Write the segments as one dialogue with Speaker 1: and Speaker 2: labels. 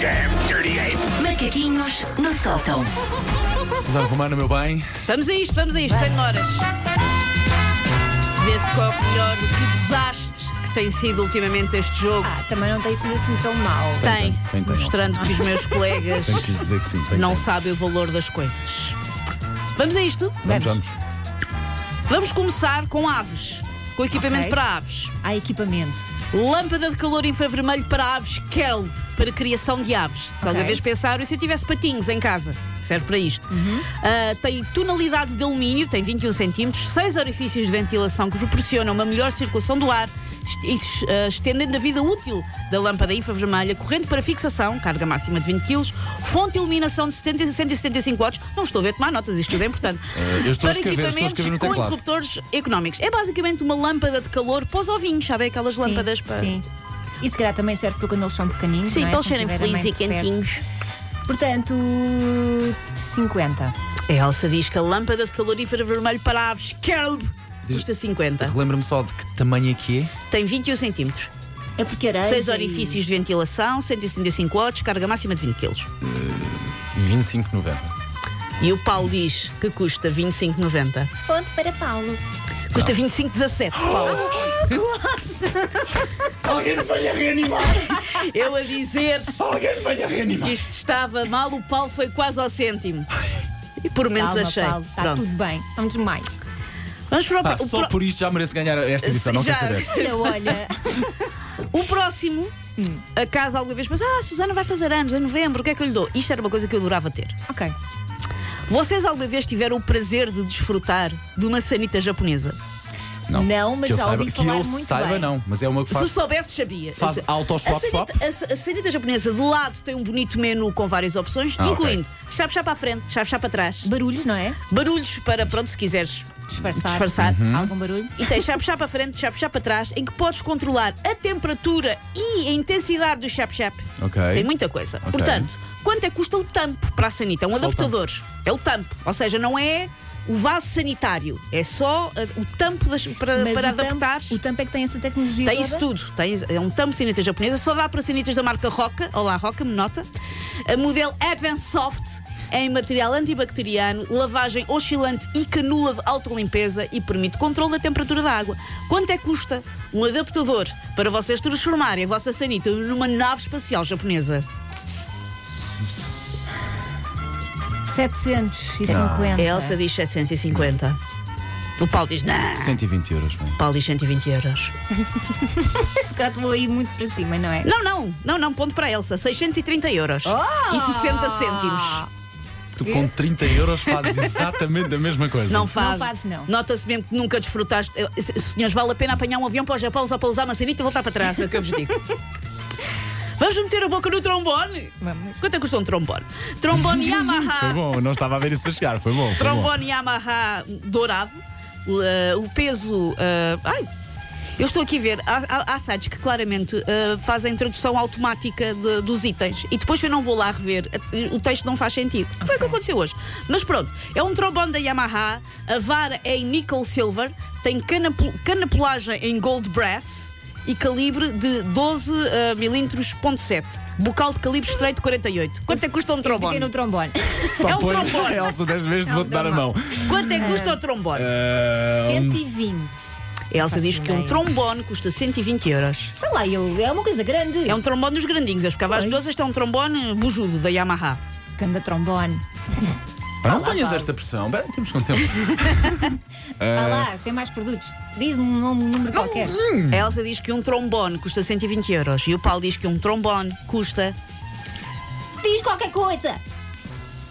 Speaker 1: damn dirty ape!
Speaker 2: Macaquinhos no sótão.
Speaker 3: Susana Romano, meu bem.
Speaker 4: Vamos a isto, vamos a isto, senhoras. Vê se corre melhor que desastre que tem sido ultimamente este jogo.
Speaker 5: Ah, também não tem sido assim tão mau.
Speaker 4: tem,
Speaker 3: tem, tem.
Speaker 4: mostrando que os meus colegas
Speaker 3: Tenho que lhe dizer que sim. tenho
Speaker 4: não
Speaker 3: que-
Speaker 4: sabem o valor das coisas. Vamos a isto?
Speaker 3: Vamos,
Speaker 5: Vamos.
Speaker 3: vamos.
Speaker 4: Vamos começar com aves, com equipamento
Speaker 5: Ok.
Speaker 4: para aves.
Speaker 5: Há equipamento.
Speaker 4: Lâmpada de calor infravermelho para aves, Kelp, para criação de aves. Se alguma
Speaker 5: Ok.
Speaker 4: vez pensaram, e se eu tivesse patinhos em casa? Serve para isto. Ah, tem tonalidades de alumínio, tem 21 centímetros, seis orifícios de ventilação que proporcionam uma melhor circulação do ar, est- e, ah, estendendo a vida útil da lâmpada infravermelha, corrente para fixação, carga máxima de 20 kg, fonte de iluminação de 70, 175 watts. Não estou a ver tomar notas, isto tudo é importante.
Speaker 3: Ah, eu estou a
Speaker 4: para
Speaker 3: escrever, estou a
Speaker 4: equipamentos
Speaker 3: escrever no
Speaker 4: com
Speaker 3: teclado.
Speaker 4: interruptores económicos. É basicamente uma lâmpada de calor para os ovinhos, sabem aquelas lâmpadas para.
Speaker 5: Sim. E se calhar também serve para quando eles são pequeninos.
Speaker 4: Sim,
Speaker 5: não é?
Speaker 4: para eles
Speaker 5: Se
Speaker 4: serem
Speaker 5: tiver a
Speaker 4: felizes
Speaker 5: mãe
Speaker 4: e
Speaker 5: de perto.
Speaker 4: quentinhos.
Speaker 5: Portanto, 50.
Speaker 4: A Elsa diz que a lâmpada de calorífero vermelho para aves Kelb
Speaker 3: Diz-
Speaker 4: custa 50.
Speaker 3: Relembra-me só de que tamanho é que é.
Speaker 4: Tem 21 centímetros.
Speaker 5: É porque areia.
Speaker 4: seis
Speaker 5: e-
Speaker 4: orifícios de ventilação, 175 watts, carga máxima de 20 kg.
Speaker 3: 25,90.
Speaker 4: E o Paulo diz que custa 25,90.
Speaker 5: Ponto para Paulo.
Speaker 4: Custa 25,17, Paulo.
Speaker 5: Quase.
Speaker 1: Alguém me venha reanimar!
Speaker 4: Eu a dizer
Speaker 1: Alguém me venha reanimar!
Speaker 4: que isto estava mal, o Paulo foi quase ao cêntimo. E por menos
Speaker 5: Calma,
Speaker 4: achei.
Speaker 5: Paulo. Está
Speaker 4: Pronto.
Speaker 5: tudo bem. Não desmais.
Speaker 4: Vamos para o,
Speaker 3: Pá,
Speaker 4: pro- o
Speaker 3: só
Speaker 4: pro-
Speaker 3: por isto já merece ganhar esta edição, não
Speaker 4: Já.
Speaker 3: quer saber.
Speaker 5: Olha, olha.
Speaker 4: O próximo, acaso alguma vez pensou, ah, a Susana vai fazer anos, em novembro, o que é que eu lhe dou? Isto era uma coisa que eu adorava ter.
Speaker 5: ok.
Speaker 4: Vocês alguma vez tiveram o prazer de desfrutar de uma sanita japonesa?
Speaker 5: Não, mas
Speaker 3: que eu
Speaker 5: já
Speaker 3: saiba-
Speaker 5: ouvi
Speaker 3: Que
Speaker 5: falar
Speaker 3: eu
Speaker 5: muito
Speaker 3: saiba,
Speaker 5: bem.
Speaker 3: não. Mas é uma que
Speaker 4: Se
Speaker 3: faz.
Speaker 4: soubesse, sabia.
Speaker 3: faz
Speaker 4: a,
Speaker 3: auto-swap-swap?
Speaker 4: sanita, a- a sanita japonesa de lado tem um bonito menu com várias opções,
Speaker 3: Ah, ok.
Speaker 4: incluindo chave-chá para a frente, chave-chá para trás,
Speaker 5: Barulhos, não é?
Speaker 4: barulhos para, pronto, se quiseres
Speaker 5: Disfarçar.
Speaker 4: disfarçar.
Speaker 3: Uhum.
Speaker 5: Algum barulho?
Speaker 4: E tem chap-chap para frente, chap-chap para trás, em que podes controlar a temperatura e a intensidade do chap-chap.
Speaker 3: Ok.
Speaker 4: Tem muita coisa.
Speaker 3: Ok.
Speaker 4: Portanto, quanto é que custa o tampo para a sanita? É um
Speaker 3: Só o
Speaker 4: adaptador. É o tampo. Ou seja, não é o vaso sanitário. É só uh, o tampo das- para,
Speaker 5: Mas
Speaker 4: para
Speaker 5: o tampo-
Speaker 4: adaptar.
Speaker 5: O tampo é que tem essa tecnologia
Speaker 4: Tem
Speaker 5: toda?
Speaker 4: isso tudo. Tem, é um tampo de sanita japonesa, só dá para sanitas da marca Roca. Olá, Roca, me nota. A modelo Advanced Soft em material antibacteriano, lavagem oscilante e canula de autolimpeza e permite controle da temperatura da água. Quanto é que custa um adaptador para vocês transformarem a vossa sanita numa nave espacial japonesa?
Speaker 5: 750.
Speaker 4: A Ah, é, Elsa diz 750. O Paulo diz, não.
Speaker 3: 120 euros, bem.
Speaker 4: O Paulo diz 120 euros.
Speaker 5: Se calhar vou ir muito para cima, não é?
Speaker 4: Não, não, não, não, ponto para a Elsa. 630 euros
Speaker 5: Oh!
Speaker 4: e 60
Speaker 5: Ah!
Speaker 4: cêntimos.
Speaker 3: Tu com 30 euros fazes exatamente a mesma coisa.
Speaker 4: Não fazes.
Speaker 5: fazes, não.
Speaker 4: Nota-se mesmo que nunca desfrutaste. Eu, se- Senhores, vale a pena apanhar um avião para o Japão só para usar uma sanita e voltar para trás, é o que eu vos digo. Vamos meter a boca no trombone?
Speaker 5: Vamos.
Speaker 4: Quanto é que custa um trombone? Trombone
Speaker 3: Foi
Speaker 4: Yamaha.
Speaker 3: bom, não estava a ver isso a chegar. Foi bom. Foi bom.
Speaker 4: trombone Yamaha dourado. Eh, o peso. eh, ai! Eu estou aqui a ver, há, há- há sites que claramente eh, fazem tradução automática de- dos itens e depois eu não vou lá rever, eh, o texto não faz sentido. Foi o que aconteceu hoje. Mas pronto, é um trombone da Yamaha, a vara é em nickel silver, tem canapo- canapolagem em gold brass e calibre de 12 eh, milímetros, ponto 7. Bocal de calibre estreito 48. Quanto é que custa um
Speaker 5: Eu
Speaker 4: trombone?
Speaker 5: fiquei no trombone.
Speaker 4: É um
Speaker 3: Põe-
Speaker 4: trombone.
Speaker 3: Elsa, dez vezes
Speaker 5: É um
Speaker 3: vou-te dar a mão.
Speaker 5: trombone.
Speaker 4: Quanto é que custa
Speaker 5: Ah.
Speaker 4: o trombone?
Speaker 5: 120.
Speaker 4: A Elsa
Speaker 5: Faço
Speaker 4: diz que um
Speaker 5: ideia.
Speaker 4: trombone custa 120 euros.
Speaker 5: Sei lá, eu, é uma coisa grande.
Speaker 4: É um trombone dos grandinhos. Eu ficava às
Speaker 5: Oi.
Speaker 4: 12, este é um trombone bujudo da Yamaha.
Speaker 5: Canda trombone.
Speaker 3: Pá, Não ponhas esta pressão. Pera, temos com tempo.
Speaker 5: Ah lá, tem mais produtos. Diz-me um nome, um número qualquer.
Speaker 4: A Elsa diz que um trombone custa 120 euros. E o Paulo diz que um trombone custa.
Speaker 5: Diz qualquer coisa.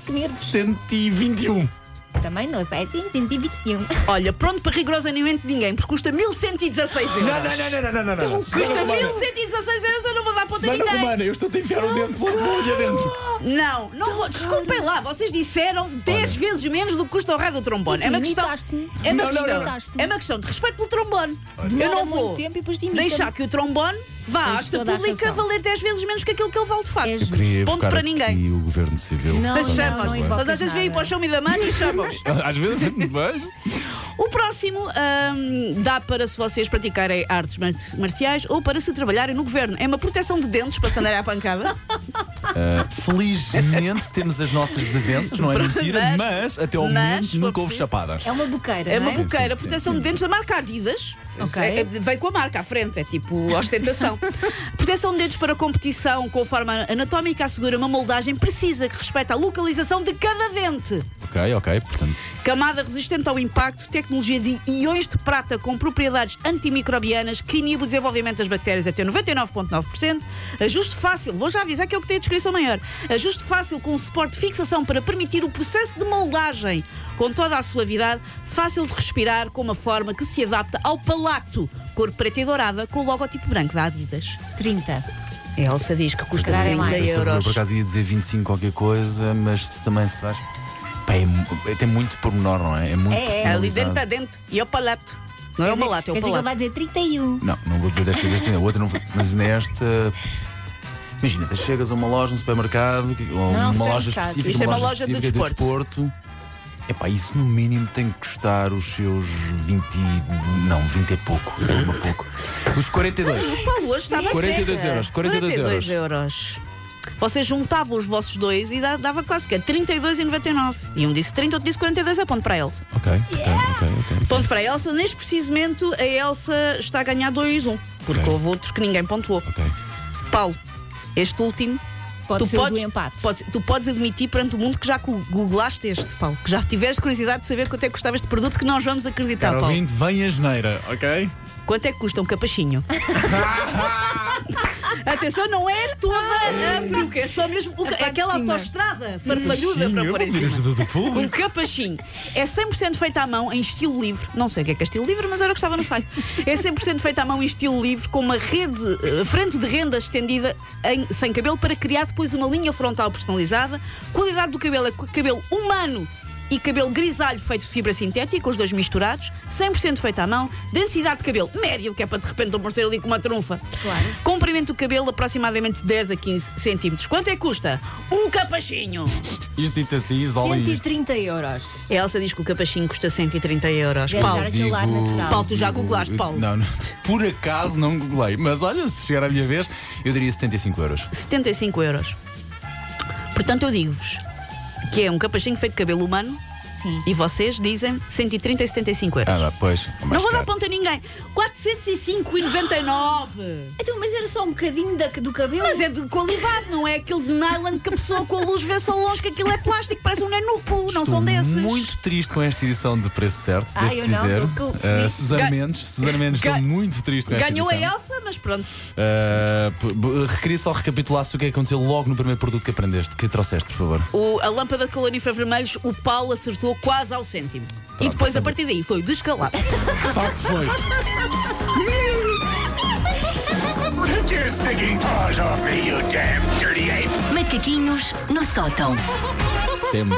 Speaker 5: Que nervos.
Speaker 3: 121.
Speaker 5: Também não sei. 20, 20, 21.
Speaker 4: Olha, pronto para rigorosamente ninguém, porque custa 1116 euros.
Speaker 3: Não, não, não, não, não, não, não. não.
Speaker 4: Custa
Speaker 3: Susana Romana,
Speaker 4: 1116 euros, eu não vou dar ponta a
Speaker 3: Susana
Speaker 4: ninguém.
Speaker 3: Romana, eu estou-te a enfiar o dedo pela bolha dentro.
Speaker 4: Não, não vou. Desculpem lá, vocês disseram 10 vezes menos do que custa o raio do
Speaker 5: E
Speaker 4: trombone.
Speaker 5: tu
Speaker 4: É uma questão.
Speaker 5: imitaste-me.
Speaker 4: É uma,
Speaker 5: Não, não,
Speaker 4: questão
Speaker 5: não, não.
Speaker 4: é uma questão de respeito pelo trombone. Eu
Speaker 5: Demora
Speaker 4: não
Speaker 5: muito
Speaker 4: vou
Speaker 5: tempo e depois te imitam.
Speaker 4: deixar que o trombone vá à
Speaker 5: é Tens
Speaker 4: asta
Speaker 5: toda a
Speaker 4: pública
Speaker 5: razão.
Speaker 4: valer 10 vezes menos que aquilo que ele vale de facto.
Speaker 5: É justo.
Speaker 3: Queria
Speaker 4: Ponto
Speaker 3: evocar
Speaker 4: para
Speaker 3: aqui
Speaker 4: ninguém.
Speaker 3: o governo civil.
Speaker 5: Não,
Speaker 3: Quando
Speaker 4: Mas
Speaker 5: não,
Speaker 4: chamam
Speaker 3: faz
Speaker 5: não
Speaker 4: Mas às vezes vêm
Speaker 5: nada.
Speaker 4: para o show me da mãe e chamam
Speaker 3: bem. Às vezes vejo.
Speaker 4: O próximo hum, dá para se vocês praticarem artes mar- marciais ou para se trabalharem no governo. É uma proteção de dentes para se andarem à pancada.
Speaker 3: Ah, felizmente temos as nossas desavenças, não é
Speaker 4: Pronto,
Speaker 3: mentira,
Speaker 4: mas-
Speaker 3: mas até ao
Speaker 4: mas,
Speaker 3: momento
Speaker 4: se for
Speaker 3: nunca houve
Speaker 4: preciso.
Speaker 3: chapada.
Speaker 5: É uma boqueira,
Speaker 4: É
Speaker 5: não
Speaker 4: uma
Speaker 5: é?
Speaker 4: boqueira,
Speaker 3: sim,
Speaker 4: proteção
Speaker 3: sim,
Speaker 4: de dentes da marca Adidas.
Speaker 5: Ok.
Speaker 4: É, é, vem com a marca à frente, é tipo ostentação. proteção de dentes para competição com forma anatómica assegura uma moldagem precisa que respeita a localização de cada dente.
Speaker 3: Ok, ok, portanto.
Speaker 4: Camada resistente ao impacto, tecnologia de iões de prata com propriedades antimicrobianas que inibe o desenvolvimento das bactérias até 99,9%. Ajuste fácil, vou já avisar que é o que tem a descrição maior. Ajuste fácil com suporte de fixação para permitir o processo de moldagem com toda a suavidade, fácil de respirar, com uma forma que se adapta ao palato, cor preta e dourada, com o logotipo branco da Adidas.
Speaker 5: 30.
Speaker 4: A Elsa diz que custa
Speaker 5: calhar é
Speaker 4: 30
Speaker 5: mais.
Speaker 3: Eu
Speaker 4: euros.
Speaker 3: por acaso ia dizer 25 qualquer coisa, mas tu também se vais. Pá, é, mu- é, tem muito pormenor, não é? É muito.
Speaker 5: É, é.
Speaker 4: É ali
Speaker 3: personalizado.
Speaker 4: dentro a dente e ao palato. Não é o
Speaker 5: Quer dizer-
Speaker 4: malato, é
Speaker 5: quer dizer
Speaker 4: o
Speaker 5: que ele
Speaker 4: palato.
Speaker 5: vai dizer 31.
Speaker 3: Não, não vou dizer desta vez, a outra não vou. Mas nesta. Imagina, tu chegas a uma loja, um supermercado, que- ou
Speaker 5: Não é um
Speaker 3: uma loja
Speaker 5: supermercado.
Speaker 3: específica,
Speaker 4: Isto é
Speaker 3: uma
Speaker 4: uma
Speaker 3: loja
Speaker 4: loja de
Speaker 3: específica de desporto. Epá, isso no mínimo tem que custar os seus 20. e- Não, 20 é pouco, só uma pouco. Os 42.
Speaker 4: Pá, hoje estava
Speaker 3: 42
Speaker 4: seca.
Speaker 3: euros, 42 euros.
Speaker 4: euros. Vocês juntavam os vossos dois e da- dava quase que é 32,99. E um disse 30, outro disse 42, é ponto para a Elsa.
Speaker 3: Ok, ok, ok, ok.
Speaker 4: Ponto para a Elsa, neste preciso momento a Elsa está a ganhar 2-1, porque
Speaker 3: Ok.
Speaker 4: houve outros que ninguém pontuou.
Speaker 3: Ok.
Speaker 4: Paulo, este último,
Speaker 5: Pode
Speaker 4: tu
Speaker 5: ser o
Speaker 4: podes,
Speaker 5: do empate.
Speaker 4: podes- tu podes admitir perante o mundo que já gu- googlaste este, Paulo, que já tiveste curiosidade de saber quanto é que custava este produto que nós vamos acreditar,
Speaker 3: Caro
Speaker 4: Paulo.
Speaker 3: ouvinte, vem a geneira, ok?
Speaker 4: Quanto é que custa um capachinho? Atenção, não é toda a peruca, é Um só mesmo o ca-
Speaker 5: parte
Speaker 4: aquela
Speaker 5: de cima.
Speaker 4: autoestrada farfalhuda
Speaker 3: Sim,
Speaker 4: para
Speaker 3: eu
Speaker 4: pôr
Speaker 3: vou
Speaker 4: em
Speaker 3: pedir
Speaker 4: cima.
Speaker 3: ajuda do
Speaker 4: Um
Speaker 3: público.
Speaker 4: capachinho. É 100% feito à mão, em estilo livre. Não sei o que é que é estilo livre, mas era o que estava no site. É 100% feito à mão, em estilo livre, com uma rede, eh, frente de renda estendida em- sem cabelo, para criar depois uma linha frontal personalizada. Qualidade do cabelo é cu- cabelo humano e cabelo grisalho feito de fibra sintética, os dois misturados, 100% feito à mão, densidade de cabelo médio, que é para de repente não aparecer ali com uma trunfa.
Speaker 5: Claro.
Speaker 4: Comprimento do cabelo aproximadamente 10 a 15 centímetros. Quanto é que custa? Um capachinho!
Speaker 3: Isto dito assim, isola isto.
Speaker 5: 130 euros.
Speaker 4: A Elsa diz que o capachinho custa 130 euros.
Speaker 5: Deve
Speaker 4: Paulo,
Speaker 5: dar aquele ar
Speaker 3: digo-
Speaker 5: natural.
Speaker 4: Paulo, tu já googlaste, Paulo?
Speaker 3: Não, não, por acaso não googlei. Mas olha, se chegar à minha vez, eu diria 75 euros.
Speaker 4: 75 euros. Portanto, eu digo-vos que é um capachinho feito de cabelo humano
Speaker 5: Sim.
Speaker 4: e vocês dizem 130 e 75 euros.
Speaker 3: Ah, dá, pois. é mais
Speaker 4: não vou dar
Speaker 3: caro.
Speaker 4: ponta a ninguém. 405,99.
Speaker 5: Então, mas era só um bocadinho da- do cabelo.
Speaker 4: Mas é de qualidade, não é aquele de nylon que a pessoa com a luz vê só longe que aquilo é plástico, parece um nanuco, não
Speaker 3: Estou
Speaker 4: são desses.
Speaker 3: muito triste com esta edição de preço certo.
Speaker 5: Ah,
Speaker 3: devo
Speaker 5: eu não,
Speaker 3: dizer.
Speaker 5: estou co-
Speaker 3: Ah,
Speaker 5: feliz.
Speaker 3: Susana
Speaker 4: Ga-
Speaker 3: Mendes, Susana Mendes, estou
Speaker 4: Ga-
Speaker 3: muito triste com esta
Speaker 4: Ganhou a
Speaker 3: edição.
Speaker 4: Elsa, mas pronto.
Speaker 3: Ah, p- b- queria só recapitular se o que é que aconteceu logo no primeiro produto que aprendeste, que trouxeste, por favor.
Speaker 4: O- a lâmpada de calor infravermelhos, o Paulo acertou quase ao cêntimo. e
Speaker 3: Pronto,
Speaker 4: depois, a
Speaker 3: portanto-
Speaker 4: partir daí, foi o descalado.
Speaker 3: De facto foi.
Speaker 1: Take your stinking paws off me, you damn dirty ape!
Speaker 2: Macaquinhos no sótão.
Speaker 3: Sempre.